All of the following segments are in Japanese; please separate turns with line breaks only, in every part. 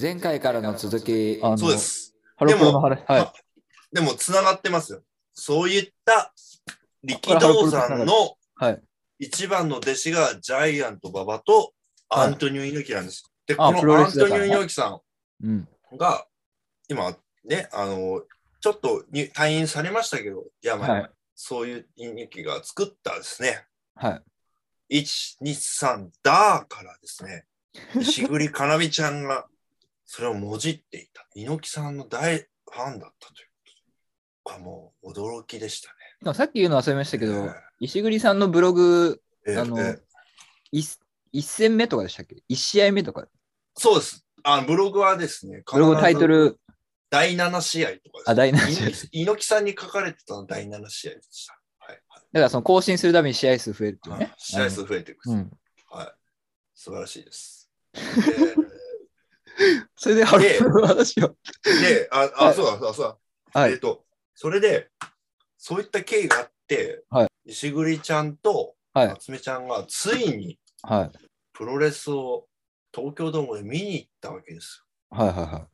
前回からの続き、
あの
そうで。す。
ハロプロの話。はい。
でも、つながってますよ。そういった力
こ
道
れハロプロと繋が
山
る
の
はい
一番の弟子がジャイアント馬場とアントニオ猪木なんです。で、
あ
こ
プロ
の
レ
アン
スだ
ト
か
ニ
ら
オ猪木さ
うん。
んが、今、ね、あの、ちょっとに退院されましたけど、病、
はい。
そういう猪木が作ったですね、
はい。
123だーからですね、石栗かなみちゃんがそれをもじっていた。猪木さんの大ファンだったということで、これはもう驚きでしたね。
でもさっき言うの忘れましたけ
え
ど、石栗さんのブログ、
ええ
あの
ええ、
い1戦目とかでしたっけ ?1 試合目とか。
そうです。あブログはですね、
ブログのタイト
必ず
ル、
第7試合と
あ、
か
第7
です、
試合。だ
猪 木猪木さんに書かれてたの第7試合でした。はいはい
からその更新するために試合数増えるっていうね。
試合数増えていく、
うん。
はい。素晴らしいです。で
それでハロプロの話を。
で、あ、あ、
はい
そうだ、そうだ、そうだ。
は
えっ
い。
と、それで、そういった経緯があって、
はい
石栗ちゃんと
はい。
夏目ちゃんがついに
はい。
プロレスを東京ドームで見に行ったわけです
はい。はい。はい
よ。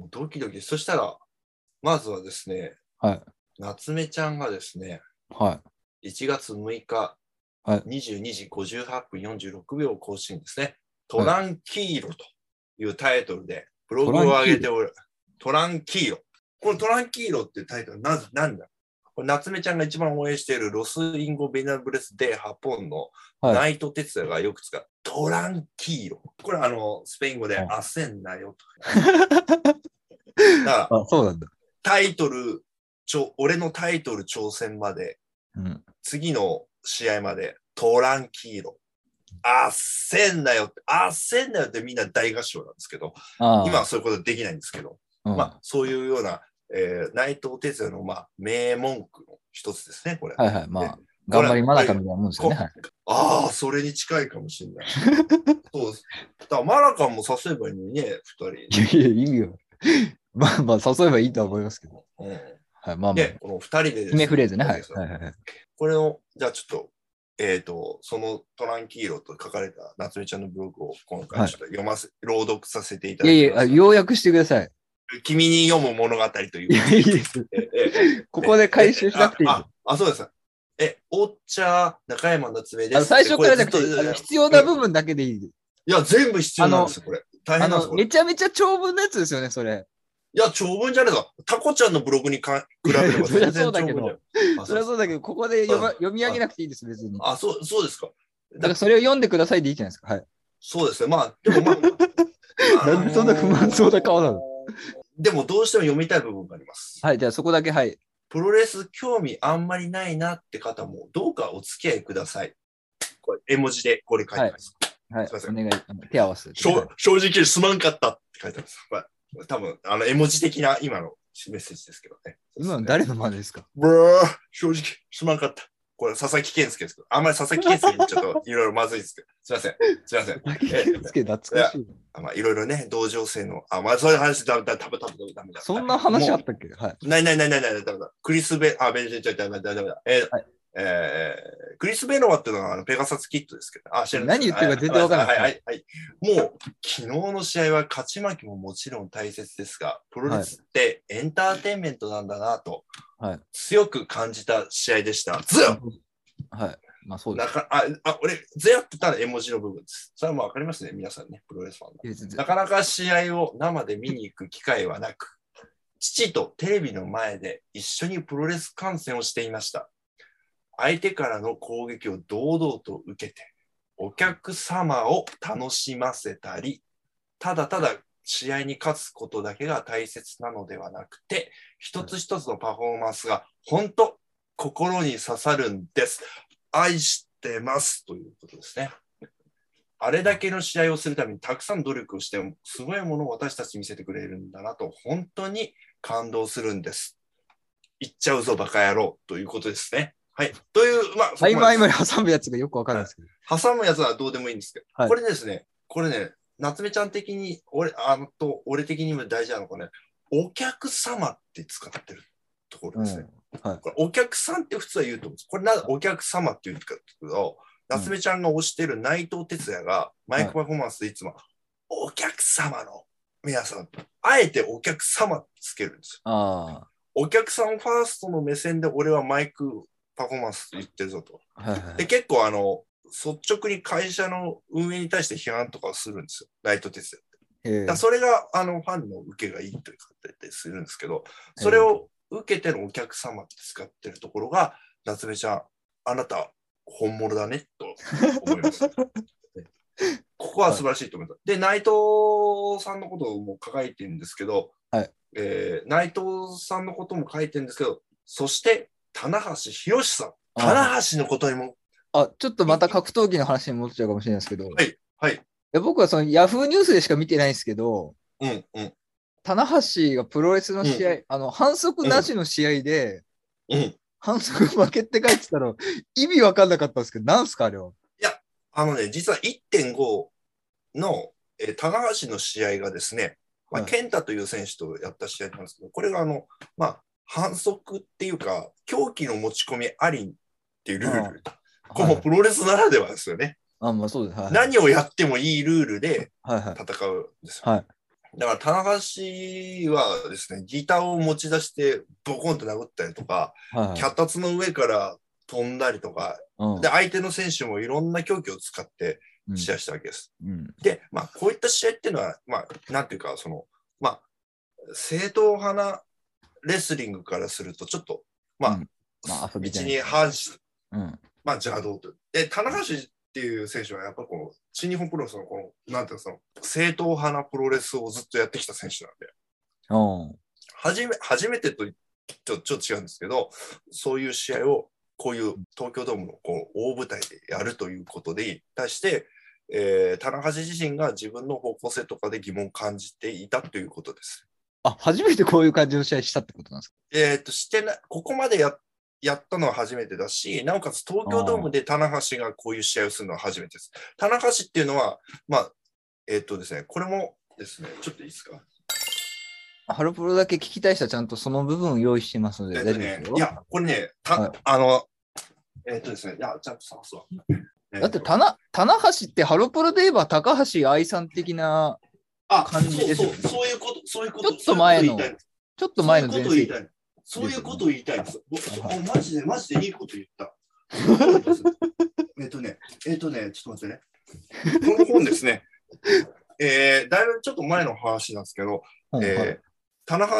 もうドキドキ。そしたら、まずはですね、
はい
夏目ちゃんがですね、
はい。
1月6日、
はい
22時58分46秒更新ですね。トランキーロというタイトルでブログを上げておる。トランキーロ。このトランキーロっていうタイトルはなぜ、なんだこれ夏目ちゃんが一番応援しているロス・インゴ・ベナブレス・デ・ハポンの
はい
ナイト・哲也がよく使う、トランキーロ。これあの、スペイン語で
はい
焦んなよ と。だから
あ、そうなんだ。
タイトル、ちょ俺のタイトル挑戦まで
うん。
次の試合までトランキーロ。あっせんなよって、あっせんなよってみんな大合唱なんですけど、
あー
今は、そういうことできないんですけど、
うん
まあそういうような、えー内藤哲也の、まあ、名文句の一つですね、これ。
はいはい。まあ
こ、
頑張りまなかみたいなもんですよね。はい
ああ、それに近いかもしれ ない。そうです。だからマラカンも誘えばいいのにね、二
いやいや、いいよ。まあまあ、誘えばいいとは思いますけど。
人。うん
はい、まあまあ
で、。この二人でです
決めフレーズね。はい
そう。
はいはいはい。
これを、じゃあちょっと、えっ、と、そのトランキーロと書かれた夏目ちゃんのブログを今回ちょっと読ませ、朗読させていた
いや
だ
い
き
や
ま
あ、
す。
要約してください。
君に読む物語という。
いやいいです。
ええ
ここで回収しなくていい
え
で。
えあああ、そうです。え、おっちゃ、中山夏目です
あの
す。
最初からじゃなく
これず
て、あ
っと
の必要な部分だけでいい。
いや、全部必要なんですよ、これ。大
あ
変なんです
の、
よ、こ
め
れ。
ちゃめちゃ長文のやつですよね、それ。
いや、長文じゃねえぞ。タコちゃんのブログにか比べれば全然長文じゃん
いやそりゃそうだ
あ
それはそうだけど、ここで読,、ま、
うん
読み上げなくていいです、別に。だ
あ、そう、そうですか。
からそれを読んでくださいでいいじゃないですか。はい。。
そうですね。まあ、でもまあ
なんでそんな不満そうな顔なの
でもどうしても読みたい部分があります。
はい、じゃあそこだけ、はい。
プロレス興味あんまりないなって方も、どうかお付き合いください。これ、絵文字でこれ書いてます。
はい、
すいませ
お
ん
願い。あの手合わせて。
しょ正直すまんかったって書いてます。まあ、多分、あの、絵文字的な今のメッセージですけどね。
今の誰の真似ですか
ブー正直すまんかった。これ、佐々木健介ですけど、あんまり佐々木健介にちょっといろいろまずいですけど、すいません。すいません。
つけ懐かしい。
あまあ、いろいろね、同情性の、あ、まあ、そういう話だ、だ、だ、だ、だ、だ、だ、だ、
そんな話あ
も
ったっけはい。
うないないないないない、だ、だ、だ、クリスベ、あ、ベンジェン、ちょ、だ、だ、だ、だ、だ、えー
は
えークリス・ベノワっていうのはあのペガサスキットですけど、あ、知らない。
何言ってるか全然わからない
はい、はい、はい。もう、昨日の試合は勝ち負けももちろん大切ですが、プロレスってエンターテインメントなんだなと、
はい
強く感じた試合でした。ずよ
はい。まあそうで
な
す。
かあ、あ、俺、ずやってたら絵文字の部分です。それはもうわかりますね、皆さんね、プロレスファンの。
いや全然
なかなか試合を生で見に行く機会はなく、父とテレビの前で一緒にプロレス観戦をしていました。相手からの攻撃を堂々と受けて、お客様を楽しませたり、ただただ試合に勝つことだけが大切なのではなくて、一つ一つのパフォーマンスが本当心に刺さるんです。愛してますということですね。あれだけの試合をするためにたくさん努力をしても、すごいものを私たちに見せてくれるんだなと、本当に感動するんです。行っちゃうぞ、バカ野郎ということですね。はい。という、まあ、そこまでです
曖昧まで挟むやつがよくわかるんないですけど。
挟むやつはどうでもいいんですけど、
はい
これですね、これね、夏目ちゃん的に、俺、あのと、俺的にも大事なのかね、お客様って使ってるところですね。これお客さんって普通は言うと思うんです。これなお客様って言うかっていうと、夏目ちゃんが推してる内藤哲也がマイクパフォーマンスでいつも、お客様の皆さん、あえてお客様ってつけるんですよ。
あ
お客さんファーストの目線で俺はマイクパフォーマンス言ってるぞと。
あ。はいは
で、
い。
結構あの、率直に会社の運営に対して批判とかをするんですよ。ライト哲也。
え
だからそれがあのファンの受けがいいという形でするんですけど、それを受けてのお客様って使ってるところが、夏目ちゃん、あなた本物だねと思います。ここは素晴らしいと思います。で、内藤さんのことも書いてるんですけど、
はい
えー内藤さんのことも書いてるんですけど、そして、棚橋博さん。
あ
棚橋のことにも、
あ、ちょっとまた格闘技の話に戻っちゃうかもしれないですけど、い
はい、
や僕はそのヤフーニュースでしか見てないんですけど、
うん、うん、
棚橋がプロレスの試合、あの、反則なしの試合で、
うん。
反則負けって書いてた の、意味わかんなかったんですけど、なんすか、あれは。
あのね、実は1.5の、えー、棚橋の試合がですね、まあ、
はい
健太という選手とやった試合なんですけど、これがあの、まあ、反則っていうか、狂気の持ち込みありっていうルール、こ
は
の
い
プロレスならではですよね。
あ、まあそうです。はい、
何をやってもいいルールで
はいはい。
戦うんですよ。
はい
だから、棚橋はですね、ギターを持ち出して、ボコンと殴ったりとか、
はいはい、
脚立の上から飛んだりとか、
うん
で、相手の選手もいろんな狂気を使って試合したわけです。
うん
で、まあ、こういった試合っていうのは、まあ、なんていうか、その、まあ、正統派なレスリングからすると、ちょっと、まあ、
うんまあ
道
遊びじゃない
に反し、
うん。
まあ、邪道という。で、棚橋っていう選手は、やっぱこの、新日本プロレスの、この、なんていうの、その、正統派なプロレスをずっとやってきた選手なんで、
うん。
初め、初めてと言っ、ちょちょっと違うんですけど、そういう試合を、こういう東京ドームのこう大舞台でやるということで、対して、えー、田中自身が自分の方向性とかで疑問を感じていたということです。
あ、初めてこういう感じの試合したってことなんですか
えっと、してな、ここまでや、やったのは初めてだし、なおかつ東京ドームで田中がこういう試合をするのは初めてです。田中っていうのは、まあ、えっ、とですね、これもですね、ちょっといいですか。
あハロプロだけ聞きたい人はちゃんとその部分を用意してますので、
えっ
大
と
丈夫で
ね
すよ。
いや、これね、た、
はい
あの、えっ、とですね、いや、ちゃんと探すわ。えー
だって、棚、棚橋ってハロプロで言えば高橋愛さん的な、
あ、
感じですよね
そうそう、そういうこと、そういうこと。
ちょっと前のちょっと前の
そう
前
いうこと言い
世
た
紀。
い。そういうことを言いたいんです。僕
はい
おマジで、マジでいいこと言った。そういうこと ですえっとね、えっとね、ちょっと待ってね。この本ですね。えー、だいぶちょっと前の話なんですけど、
うんはい
えー、棚橋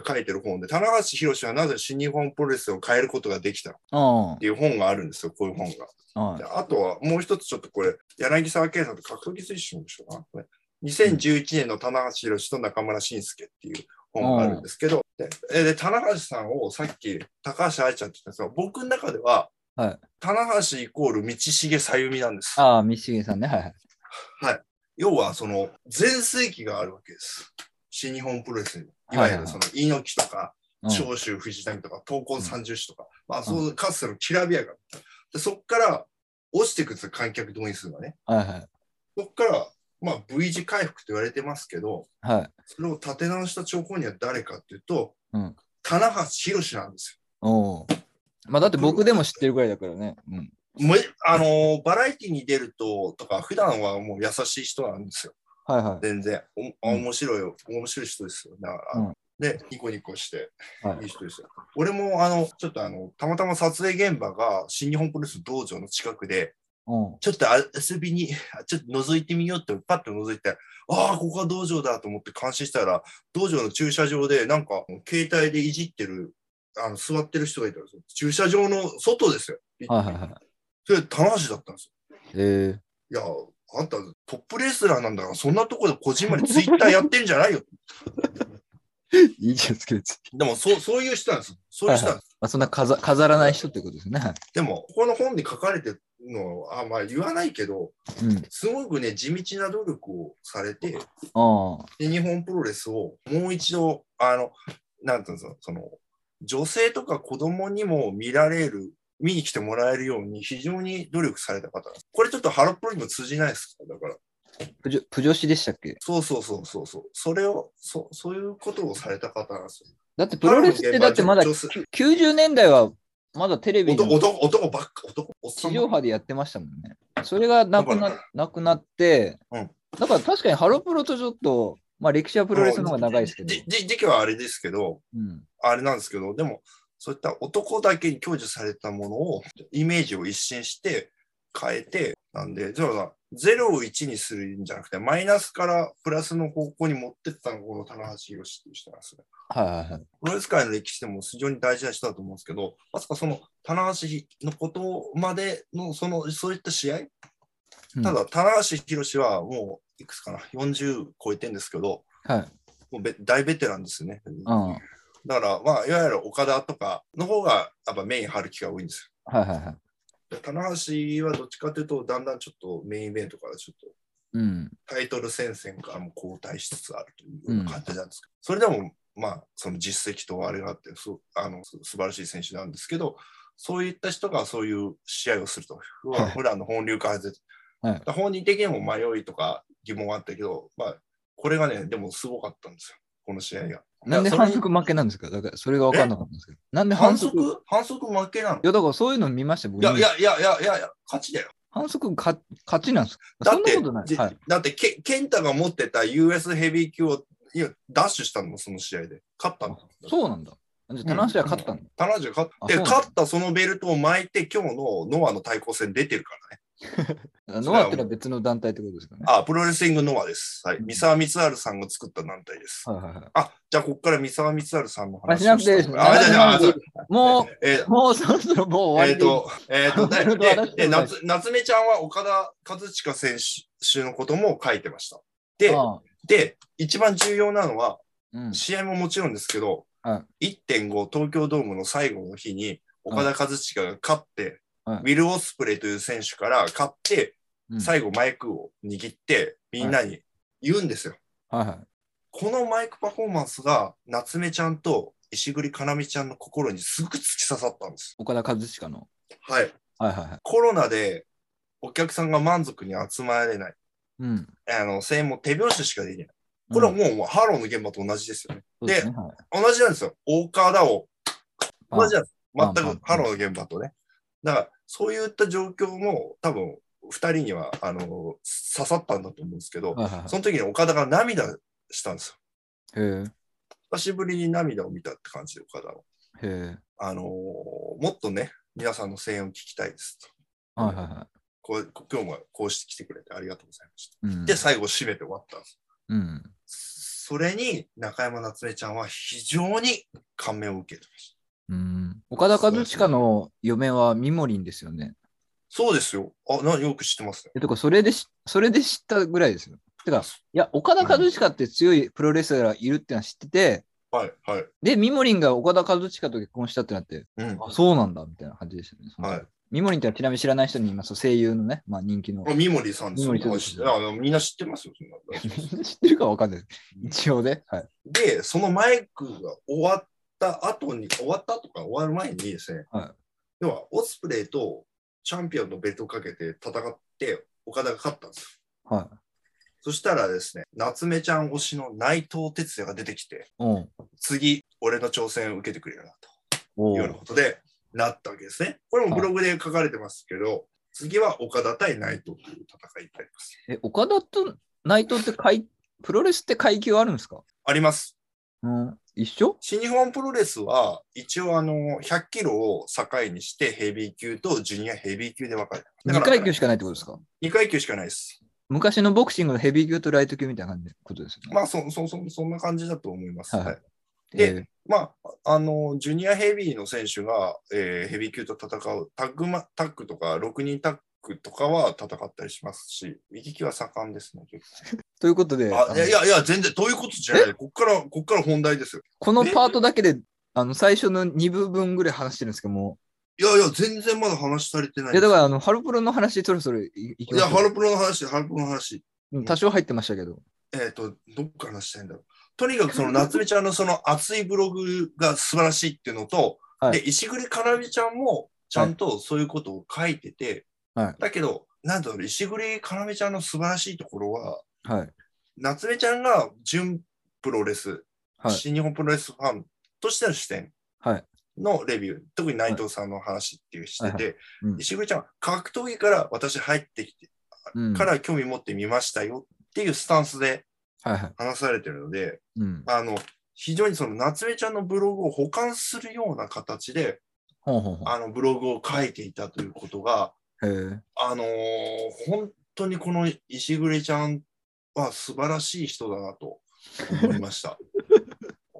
が書いてる本で、棚橋博はなぜ新日本プロレスを変えることができたっ
うん
ていう本があるんですよ、こういう本が。
はい
であとはもう一つちょっとこれ、柳沢圭さんと格闘技推進でしょうかな。これ2011年の棚橋宏と中村慎介っていう本があるんですけど、でえで、棚橋さんをさっき高橋愛ちゃんって言ったんですが、僕の中では、
はい
棚橋イコール道重さゆみなんです。
ああ、三重さんね。はいはい。
要はその全盛期があるわけです。新日本プロレスにも。いわゆるその猪木とか、
うん
長州藤谷とか、闘魂三十種とか、まあそうかつてのきらびやかな。でそこから落ちていくんですよ、観客動員数がね。
はいはい。
そこから、まあ、V 字回復と言われてますけど、
はい。
それを立て直した直後には誰かっていうと、
うん
棚橋宏なんです
おお。まあだって僕でも知ってるぐらいだからね。うん。
よ。もうあのーバラエティに出るととか、普段はもう優しい人なんですよ。
はいは
全然。お
うん
面白いよ、面白い人ですよ。だから
うん
で、ニコニコして、
い。はい
い
い、
人ですよ。俺も、あの、ちょっとあの、たまたま撮影現場が新日本プロレス道場の近くで、
うん。
ちょっとあ遊びに、あちょっと覗いてみようって、パッと覗いて、ああ、ここは道場だと思って監視したら、道場の駐車場で、なんか、携帯でいじってる、あの座ってる人がいたんですよ。駐車場の外ですよ。
はいはいはい。
それ、棚橋だったんです
え
よ。いや、あんた、トップレスラーなんだから、そんなとこでこじんまりツイッターやってんじゃないよ。
えいいじゃん、つけて。
でも、そう、そういう人なんですよ。そういう人なんです。
まあ、そんな飾飾らない人ってことですね。はい。
でも、ここの本に書かれてるのは、あまあ言わないけど、
うん。
すごくね、地道な努力をされて、
ああ。
で日本プロレスをもう一度、あの、なんていうんですか、その、女性とか子供にも見られる、見に来てもらえるように非常に努力された方なんです。これちょっとハロプロにも通じないですから、だから。
プジョプジョシでしたっけ
そうそうそうそうそう。それを、そそういうことをされた方なんですよ。
だってプロレスってだってまだ
女性
90年代はまだテレビ
男、
の
男、男ばっか、男、おっさ
地
ん
上
ばっか。
波でやってましたもんね。それがなく
だか
ななくなって、
うん
だから確かにハロプロとちょっとまあ歴史はプロレスの方が長いですけど。
じじ時期はあれですけど、
うん。
あれなんですけど、でも、そういった男だけに享受されたものを、イメージを一新して変えて、なんで、ゾロさん、ゼロを1にするんじゃなくて、マイナスからプラスの方向に持ってったのが、この棚橋宏っていう人なんですね。
はいはいはい。
プロレス界の歴史でも非常に大事な人だと思うんですけど、まさかその棚橋のことまでの、その、そういった試合、
うん
ただ、棚橋宏はもう、いくつかな、40超えてんですけど、
はい。
もうべ大ベテランですよね。
うん。はい
だから、まあ、いわゆる岡田とかの方が、やっぱメイン張る機が多いんです
はいはい。
よ。棚橋はどっちかというと、だんだんちょっとメインイベントからちょっと
うん。
タイトル戦線からも後退しつつあるというような感じなんですけど、それでも、まあ、その実績とあれがあって、そうあのす素晴らしい選手なんですけど、そういった人がそういう試合をすると、普段
はい
普段の本流から外れて、
はい
だから本人的にも迷いとか疑問があったけど、まあ、これがね、でもすごかったんですよ、この試合が。
なんで
だから
反
それ
則負けなんですかだからそれが分かんなかったんですけど。なんで
反
反則い
則反則負けなの
やだからそういうの見ましたよ、
い
僕。
やいやいやいやいやいや、勝ちだよ。
反則か勝ちなんですか
だ
そ
っ
ん
て
なことない。
じ
はい。
だってケ、ケンタが持ってた US ヘビー級をいやダッシュしたの、その試合で。勝ったの。
そうなんだ。じゃあ、棚橋は勝ったんだ。
田中勝っ
あ
て、
そうなんだ
勝ったそのベルトを巻いて、今日のノアの対抗戦出てるからね。
ノアってのは別の団体ってことですかね。
あ、プロレスリングノアです。はい。
うん
三沢光晴さんが作った団体です。
はいはいはい。
あ、じゃあ、ここから三沢光晴さんの
あ
話
しなくていい
を
です。
あ、じゃあじゃあ、あそう
も
えー
う、もうそろそろもう終わり
えっ
で
と、えっ と、で
本当だ
でで、夏夏目ちゃんは岡田和親選手のことも書いてました。
いい。
で、
ああ
で、一番重要なのは、
うん
試合ももちろんですけど、
は
1.5東京ドームの最後の日に岡田和親が勝って、
はい
ウィル・オスプレイという選手から勝って、
うん
最後マイクを握ってみんなに言うんですよ。
はいはい。
このマイクパフォーマンスが夏目ちゃんと石栗かなみちゃんの心にすぐ突き刺さったんです。
岡田和親の。
はい。
はいはいはい。
コロナでお客さんが満足に集まれない。
うん。
あの、声援も手拍子しかできない。これは
うん
もう,、もうハローの現場と同じですよね。
そうですねはい
同じなんですよ。岡田を
あ
同じなんです。
まあ
全
まあ
くハローの現場とね。だから、そういった状況も多分、二人には、あの、刺さったんだと思うんですけど、
はいはいはい
その時に岡田が涙したんですよ。
へえ
久しぶりに涙を見たって感じで、岡田を。
へえ。
あのーもっとね、皆さんの声援を聞きたいですと。
はいはいは
こう今日もこうして来てくれてありがとうございました。
い。うん
で、最後締めて終わったんです。
うん。
それに、中山夏目ちゃんは非常に感銘を受けてました。
うん岡田和親の嫁はミモリンですよね。
そうですよ。あ、なよく知ってますね。
えとか、それでし、それで知ったぐらいですよ。てか、いや、岡田和親って強いプロレスラーいるってのは知ってて、
はい、はい。
で、ミモリンが岡田和親と結婚したってなって、
うん。
あ、そうなんだ、みたいな感じでしたね。その時
はい
ミモリンってのはちなみに知らない人に言いますと、声優のね、まあ人気の
あ、。ミモリーさんですよ。
ミモリーさんです
ああみんな知ってますよ、そんな の
知ってるかわかんないです。一応ね。はい。
で、そのマイクが終わった後に、終わった後か終わる前にですね、
はい
要はオスプレイとチャンピオンのベルトをかけて戦って、岡田が勝ったんですよ。
はい。
そしたらですね、夏目ちゃん推しの内藤哲也が出てきて、
おう
次、俺の挑戦を受けてくれるなと
お
いうような
う
ことで、なったわけですね。これもブログで書かれてますけど、次は岡田対内藤という戦いになります。
え、岡田と内藤って階、プロレスって階級あるんですか
あります。
うん。一緒
新日本プロレスは、一応あの、100キロを境にしてヘビー級とジュニアヘビー級で分かれてます。
二階級
し
しかないってことですか
二階級しかないです。
昔のボクシングのヘビー級とライト級みたいな感じのことですよね。
まあ、そ、そ、そ、そんな感じだと思います。
はい
は
はいい。
で
えー
まあ、あの、ジュニアヘビーの選手が、えーヘビー級と戦うタッグマ、タッグとか、6人タッグとかは戦ったりしますし、右利きは盛んですね、結
ということで、
構。
あ
あ、い
の
やいやいや、全然、どういうことじゃない。こっから、こっから本題ですよ。
このパートだけで、あの最初の2部分ぐらい話してるんですけども、
いやいや、全然まだ話されてない
い
で
や
す
だからあのハロプロの話、そろそろいいき
い
ま
や、
しょ
ハロプロの話、ハロプロの話。
ううん多少入ってましたけど、
えっ、と、どっから話したいんだろう。とにかくその夏目ちゃんのその熱いブログが素晴らしいっていうのと、
はい
で石栗かなみちゃんもちゃんとそういうことを書いてて、
はい
だけど、なんだろう、石栗かなみちゃんの素晴らしいところは、
はい。
夏目ちゃんが準プロレス、
はい
新日本プロレスファンとしての視点
はい
のレビュー、特に内藤さんの話っていうしてて、
はいうん
石栗ちゃんは格闘技から私入ってきて、
うん
から興味持ってみましたよっていうスタンスで
はいはい。
話されてるので、
うん。
あの、非常にその夏目ちゃんのブログを保管するような形で、
ほうほうほ
あのブログを書いていたということが、
う。へえ。
あのー本当にこの石暮ちゃんは素晴らしい人だなと思いま した。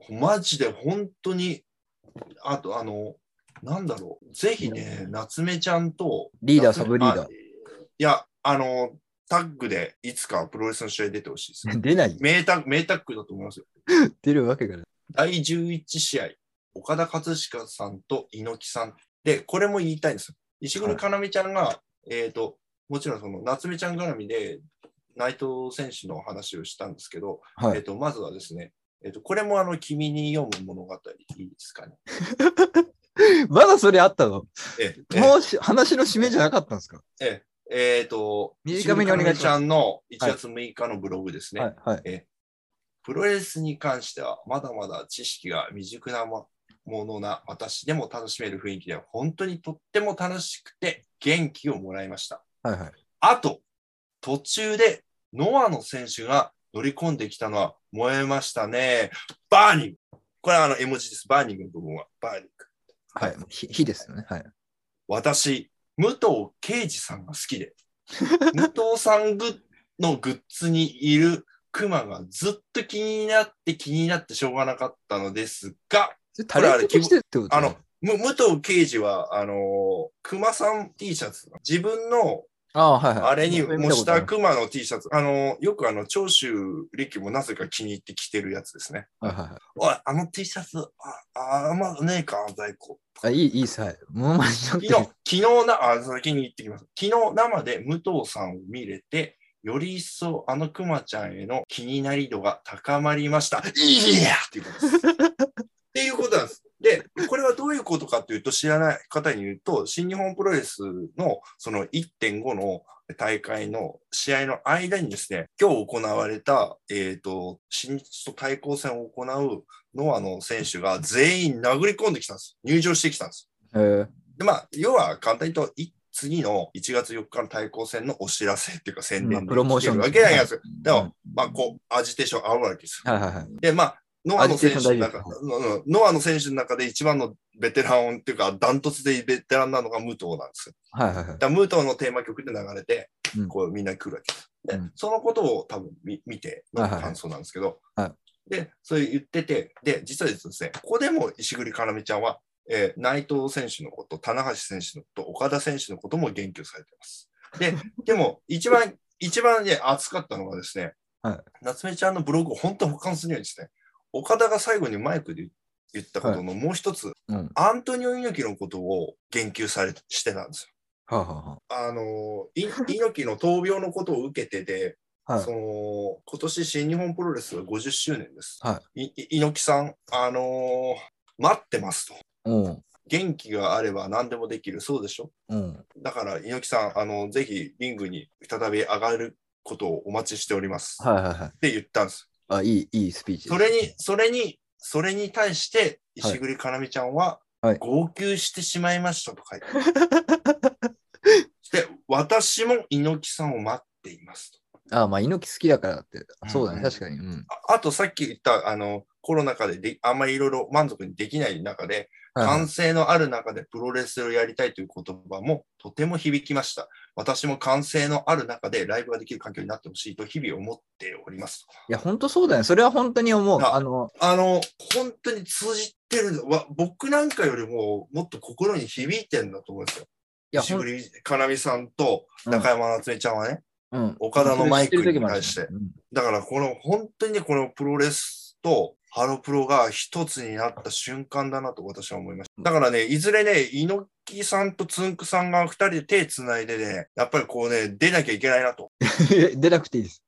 マジで本当に、あと、あの、なんだろう、ぜひね、夏目ちゃんと、
リーダー、サブリー
あ
ダ
いや、あの、タッグでいつかプロレスの試合出てほしいで す。
ー。出ない。
名タ名タッグだと思いますよ。
出るわけがない。
第11試合、岡田和親さんと猪木さん。で、これも言いたいんですよ。石黒かなみちゃんが、えっ、と、もちろんその夏目ちゃん絡みで内藤選手の話をしたんですけど、
は
えっ、
い。
と、まずはですね、えっ、と、これもあの、君に読む物語、いいですかね。
まだそれあったの
ええ
もうし話の締めじゃなかったんですか
えっ、と、
短めにお願いします
石黒かなちゃんの1月6日のブログですね。
はいはい。
プロレスに関しては、まだまだ知識が未熟なもものな私でも楽しめる雰囲気で、本当にとっても楽しくて元気をもらいました。
はいはい。
あと、途中でノアの選手が乗り込んできたのは燃えましたね。バーニング。これはあの絵文字です。バーニングの部分は。バーニング。
はい。ひ火ですよね。はい。
私、武藤敬司さんが好きで、武藤さんグッのグッズにいるクマがずっと気になって気になってしょうがなかったのですが、
それタレントとしてってこと
あの、む武藤敬司は、あのー、クマさん T シャツ、自分の
ああ、はいはい。
あれに
見た
模
こ
し
とあ
た
る
クマの T シャツ、あのー、よくあの、長州力もなぜか気に入って着てるやつですね。
はいはいはい。
おい、あの T シャツ、あ、ああんまねえか、在庫。
あ、いい、いいさ。はいもうマジ
昨日、昨日な、あ、先に言ってきます。昨日生で武藤さんを見れて、より一層あのクマちゃんへの気になり度が高まりました。いいやっていうことです。 っていうことなんです。で、これはどういうことかというと、知らない方に言うと、新日本プロレスのその1.5の大会の試合の間にですね、今日行われた、えっ、と、新日と対抗戦を行うノアの選手が全員殴り込んできたんです。入場してきたんです。
えー、
で、まあ、要は簡単に言うと、い次の1月4日の対抗戦のお知らせっていうか宣
まあ
伝
プロモーション
で
です
来
ね
てるわけなんですよ。で
う
も
ん、
まあ、こう、アジテーションあるわけですよ。
はいはいはい。
で、まあ、ノアの選手の
アジテーション大事で
中、うんノアの選手の中で一番のベテランっていうか、ダントツでベテランなのが武藤なんですよ。
はいはいはい。
だから武藤のテーマ曲で流れて
うん、
こうみんな来るわけです。で、
うん
そのことを多分み見ての感想なんですけど、
はいは
で、それ言ってて、で、実はですね、ここでも石栗かなめちゃんは、えー内藤選手のこと、棚橋選手のこと、岡田選手のことも言及されてます。 で、でも、一番、一番ね、熱かったのはですね、
はい
夏目ちゃんのブログを本当保管するようにですね、岡田が最後にマイクで言ったことのもう一つ、
うん。は
アントニオ猪木のことを言及されてしてたんですよ
あ、は
あのい 猪木の闘病のことを受けてて、
あ、はあ。はい
そ。の今年新日本プロレスが50周年です。、
はい
い猪木さん、あのー待ってますと。
うん。
元気があれば何でもできる、そうでしょ。
うん。
だから猪木さん、あのぜひリングに再び上がることをお待ちしております、
はいはいはい。
って言ったんです。
あ、いい、いいスピーチ。
それに、それに、それに対して石栗かなみちゃんは、
はい
号泣してしまいましたと書いてある。 で、私も猪木さんを待っていますと。
あ、まあ、猪木好きだからって。あそうだね、
うん
確かに。うん。
ああとさっき言ったあのコロナ禍でであんまりいろいろ満足にできない中で、
はいはい
完成のある中でプロレスをやりたいという言葉もとても響きました。私も完成のある中でライブができる環境になってほしいと日々思っております。
いや、本当そうだね。それは本当に思う。
あ
あの、
あの、本当に通じてるのは、僕なんかよりももっと心に響いてんだと思うんですよ。
いや、
石
ほん
栗かなみさんと中山夏美ちゃんはね、
うん
岡田のマイク
知
に
ってる時もある
対して
うん
だからこの本当にねこのプロレスとハロプロが一つになった瞬間だなと私は思いました。だからね、いずれね、猪木さんとつんくさんが二人で手つないでね、やっぱりこうね、出なきゃいけないなと。
いや出なくていいです。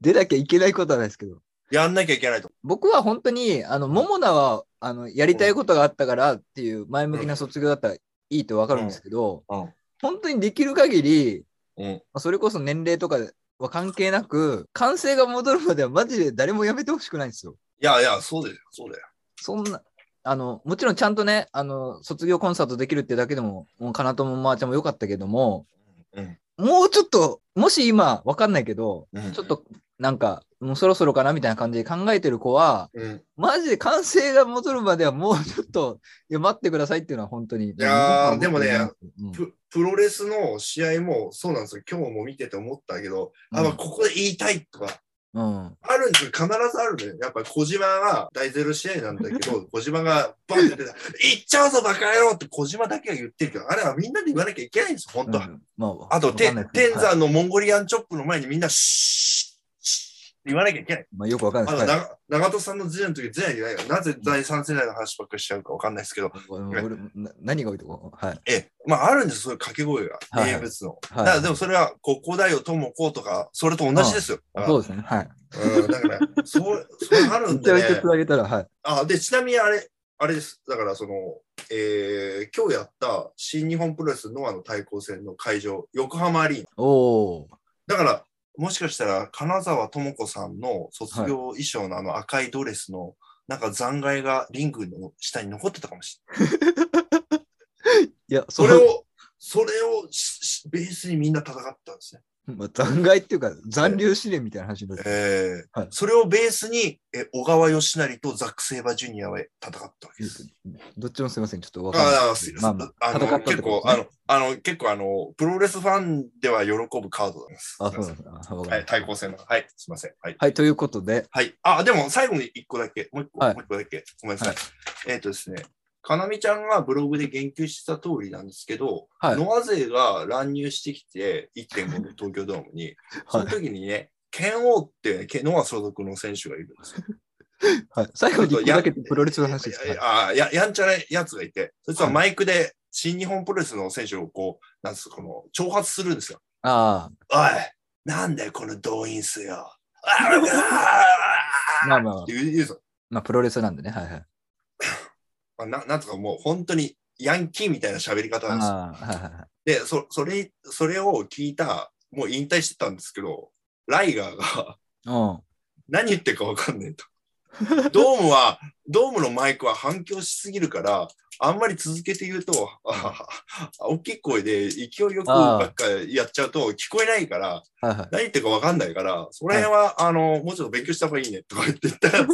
出なきゃいけないことはないですけど。
やんなきゃいけないと。
僕は本当に、あの、桃菜は、あの、やりたいことがあったからっていう前向きな卒業だったらいいとわかるんですけど、
うんうん
本当にできる限り、
うん。
まあそれこそ年齢とかは関係なく、完成が戻るまではマジで誰もやめてほしくないんですよ。
いやいや、そうだよ、そうだよ。
そんな、あの、もちろんちゃんとね、あの、卒業コンサートできるってだけでも、もうかなともまーちゃんも良かったけども、
うん。
もうちょっと、もし今、わかんないけど、
うん
ちょっとなんか、もうそろそろかなみたいな感じで考えてる子は、
うん、
マジで完成が戻るまではもうちょっと、いや、待ってくださいっていうのは本当に。い
やーでもね
うん、
ププロレスの試合もそうなんですよ。今日も見てて思ったけど、あ、まあ
うん
ここで言いたいとか、
うん。
あるんですよ。必ずあるのよ。やっぱ小島が大ゼロ試合なんだけ ど、小島がバンって出た、行っちゃうぞバカ野郎って小島だけが言ってるけど、あれはみんなで言わなきゃいけないんですよ、本当は。
うんまあ
あと、て
わかんないです
天山のモンゴリアンチョップの前にみんな、シーッ、シーッって言わなきゃいけない。
まあ、よくわかん
あ
ない
の、
です。はい
な長門さんの時代の時、前代ないよ。なぜ第三世代の話ばっかりしちゃうかわかんないですけど、
俺俺な何が多いとこはい。
ええ、まああるんですよ、そういう掛け声が、
はい
名物の。
はい
だからでもそれは、ここだよ、ともこうとか、それと同じですよ。あ
そうですね。はい。
うん、だから、そう、そうあるん
めち
で、
ゃ
ね
めちゃつなげたら、はい。
あ、で、ちなみにあれ、あれです。だから、その、えー今日やった新日本プロレスノアの対抗戦の会場、横浜アリーナ。
おー。
だから、もしかしたら、金沢智子さんの卒業衣装のあの赤いドレスの、なんか残骸がリングの下に残ってたかもしれない。
いや、
そ
そ
れ
れを。
を、それをししベースにみんな戦ったんですね。
まあ、残骸っていうか、残留試練みたいな話になって
えー
はい
それをベースに、え小川義成とザック・セイバージュニアは戦ったわけです。
どっちもすみません、ちょっとわかんない
ああ、
ですす
い
け
ま
ど。
せん
まあ、
あ
まあ、戦
の、
ったって
結
こ
構、
と
あ
ですね
の、あの、結構、あの、プロレスファンでは喜ぶカードなんです。
あ、そうなんですね。あわかりま
はい、
した
対抗戦の。はい、すいません。はい。
はい、ということで、
はい。あ、でも、最後に一個だけ、もう一個、
はい
もう一個だけ、ごめんなさい。
は
えっ、とですね、かなみちゃんがブログで言及した通りなんですけど、
はい
ノア勢が乱入してきて、1.5の東京ドームに、そ
は
の
い、
時にね、剣王って、剣ノア所属の選手がいるんですよ
はい、最後に一個だけプロレスの話です。はい
あややんちゃなやつがいて、そいつはマイクで新日本プロレスの選手をこう、なんすか、この、挑発するんですよ。
あ
おい、なんだよ、この動員数よ。あーうわー
あ、まあまあまあ
って、言う言うんですよ。
まあ、プロレスなんでね、はいはい。
まあななんとかもう本当にヤンキーみたいな喋り方なんですよ
ああ、はいはいはい。
で、そそれ、それを聞いた、もう引退してたんですけど、ライガーが
うん。
何言ってるかわかんないと。ドームは、ドームのマイクは反響しすぎるから、あんまり続けて言うと、あ大きい声で勢いよくばっかりやっちゃうと聞こえないから、
はいはい。
何言ってるか分かんないから、その辺は、あの、もうちょっと勉強した方がいいねとか言って言ったやつ、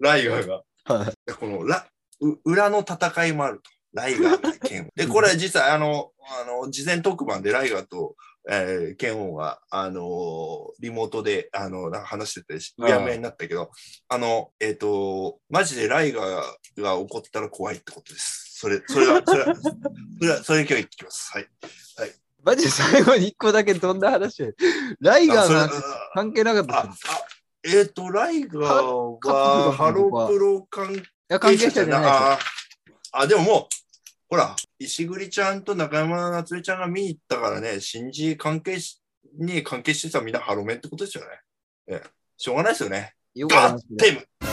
ライガーが。
はいはい
でこのラう裏の戦いもあると。ライガー対 剣王。で、これ実際、あの、あの、事前特番でライガーと、えー、剣王が、あのリモートで、あの、なんか話してて、うやむやになったけど、あの、えっ、と、マジでライガーが怒ったら怖いってことです。それ、それは、それは、それは、それ今日言ってきます。はい。
マジで最後に一個だけどんな話ライガーの
あそれ
話
あ
関係なかった
あ
です。い、
あえっ、と、ライガーは、ハロプロ関係
や、関係者じゃないですよ。
あーあ、でももう、ほら、石栗ちゃんと中山夏美ちゃんが見に行ったからね、新人関係しに関係してたらみんなハロメンってことですよね。ええしょうがないですよね。
よくあり
ガ
ま
ッ
すけど
テム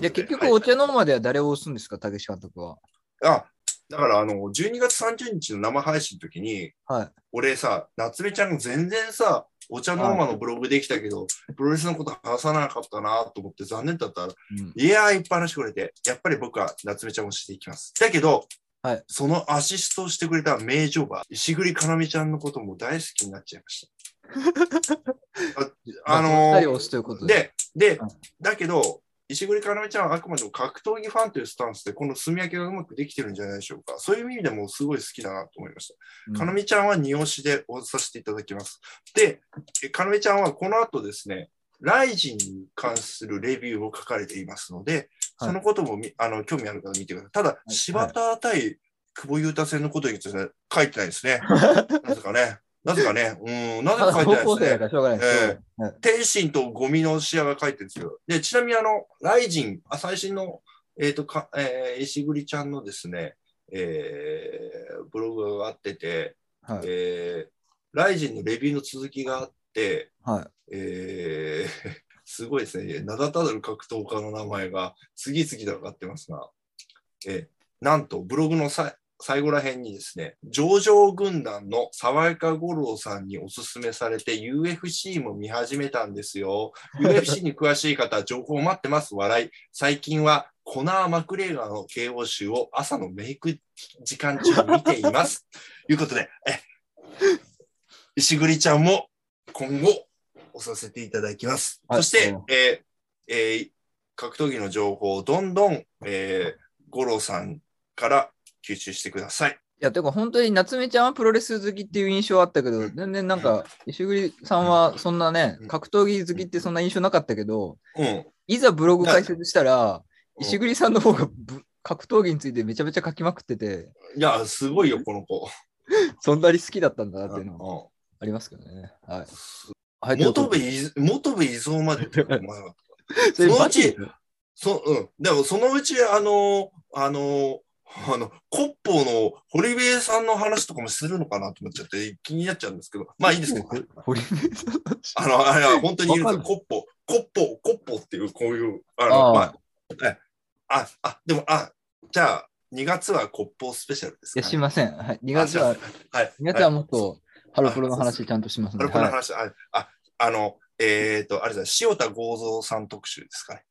いや、結局、お茶の間では誰を押すんですか、武志監督は。
あ、だからあの、12月30日の生配信の時に、
はい
俺さ、夏目ちゃんが全然さ、お茶の間のブログできたけど、プロレスのこと話さなかったなと思って残念だったら、
うん
いやー、いっぱい話してくれて、やっぱり僕は夏目ちゃんをしていきます。だけど、
はい
そのアシストをしてくれた名女バー、石栗かなみちゃんのことも大好きになっちゃいました。 ああの
二人を
ー
押すということで。
で、で
うん、
だけど、石栗かなめちゃんはあくまでも格闘技ファンというスタンスで、この炭焼きがうまくできてるんじゃないでしょうか。そういう意味でもすごい好きだなと思いました。
うん
かなみちゃんは二押しで応じさせていただきます。で、えかなみちゃんはこの後ですね、ライジンに関するレビューを書かれていますので、
はい
そのこともみあの興味ある方見てください。ただ、
い
柴田対久保裕太戦のことについて書いてないです ね。なぜかね。なぜかね。うん、なぜ
ま
か書
だ
いて
高校生だ
ないです
か。ら
ね
しょうがないです。
え天心とゴミの試合が書いてるんですよ。で、ちなみにあの、ライジン、あ最新の、えっ、と、か、えー、石栗ちゃんのですね、えー、ブログが上がってて、
はい
えー、ライジンのレビューの続きがあって、
はい。
えー、 すごいですね、名だたる格闘家の名前が次々と上がってますが、えー、なんとブログのさい最後ら辺にですね、上場軍団の沢井五郎さんにおすすめされて UFC も見始めたんですよ。UFC に詳しい方、情報待ってます、笑い。最近はコナー・マクレーガーの KO 集を朝のメイク時間中に見ています。ということで、え石栗ちゃんも今後、押させていただきます。
はい
そして
うん、
えーえー格闘技の情報をどんどん、えー、五郎さんから吸収してください。
いや、てか本当に夏目ちゃんはプロレス好きっていう印象あったけど、全然なんか、石栗さんはそんなね
うん、
格闘技好きってそんな印象なかったけど、
うん。
いざブログ解説したら、
うん
石栗さんの方がぶ格闘技についてめちゃめちゃ書きまくってて、
いや、すごいよ、この子。
そんなに好きだったんだなっていうのは
うん
ありますけどね。はい。はい、
元
と
部い元部依存までってこと思わなかった
いうことで
そのうち、そうん、でもそのうち、あの、あの、あの、コッポーの堀部さんの話とかもするのかなと思っちゃって気になっちゃうんですけど、まあいいですけど、
堀江さんの話
あの、あれは本当にいるんですよ
わ
コッポー、コッポー、コッポーっていう、こういう、あの、
ああ
まあ、えあ、あ、でも、あ、じゃあ、2月はコッポースペシャルです
い
か、
や、しません。はい。2
二
月は、2
はい。
月はもっ
い
と、ハロプロの話ちゃんとしますの
ハロ
で。
プロの
はい
話、あ、あ、あの、えっ、と、あれですね、塩田剛三さん特集ですかね。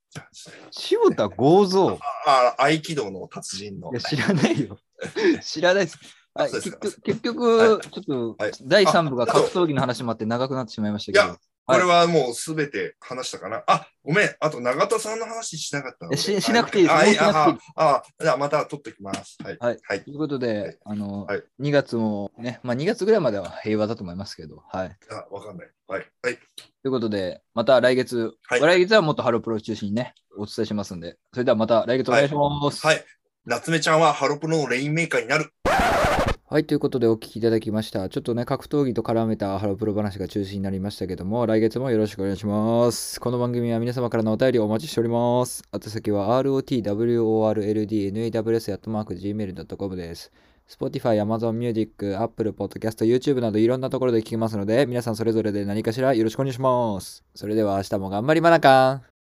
塩田剛造。
あ、あ合気道の達人の。
いや、知らないよ。 知らないです。はい、
そうで
結
すか
局、結
は
局ちょっと
はい、
第3部が
ああと
格闘技の話もあって長くなってしまいましたけ
いや
ど
これはもうすべて話したかな。あ、ごめん。あと、永田さんの話しなかったので
えししなくていいです
あ
もう
い
しなくていい
あ、あ、あじゃあまた取ってきます。はい。
はい
はい
と。いうことで、あの、
はい
2月もね、まあ2月ぐらいまでは平和だと思いますけど、はい。
あ、わかんない。はい。はい。
ということで、また来月、
はい
来月はもっとハロプロを中心にね、お伝えしますんで、それではまた来月お願いします。
はい。夏目ちゃんはハロプロのレインメーカーになる。
はい、ということでお聞きいただきました。ちょっとね、格闘技と絡めたハロプロ話が中心になりましたけども、来月もよろしくお願いします。この番組は皆様からのお便りをお待ちしております。宛先は rotworldnaws.gmail.com です。Spotify、Amazon Music、Apple Podcast、YouTube などいろんなところで聞けますので、皆さんそれぞれで何かしらよろしくお願いします。それでは明日も頑張りまなかん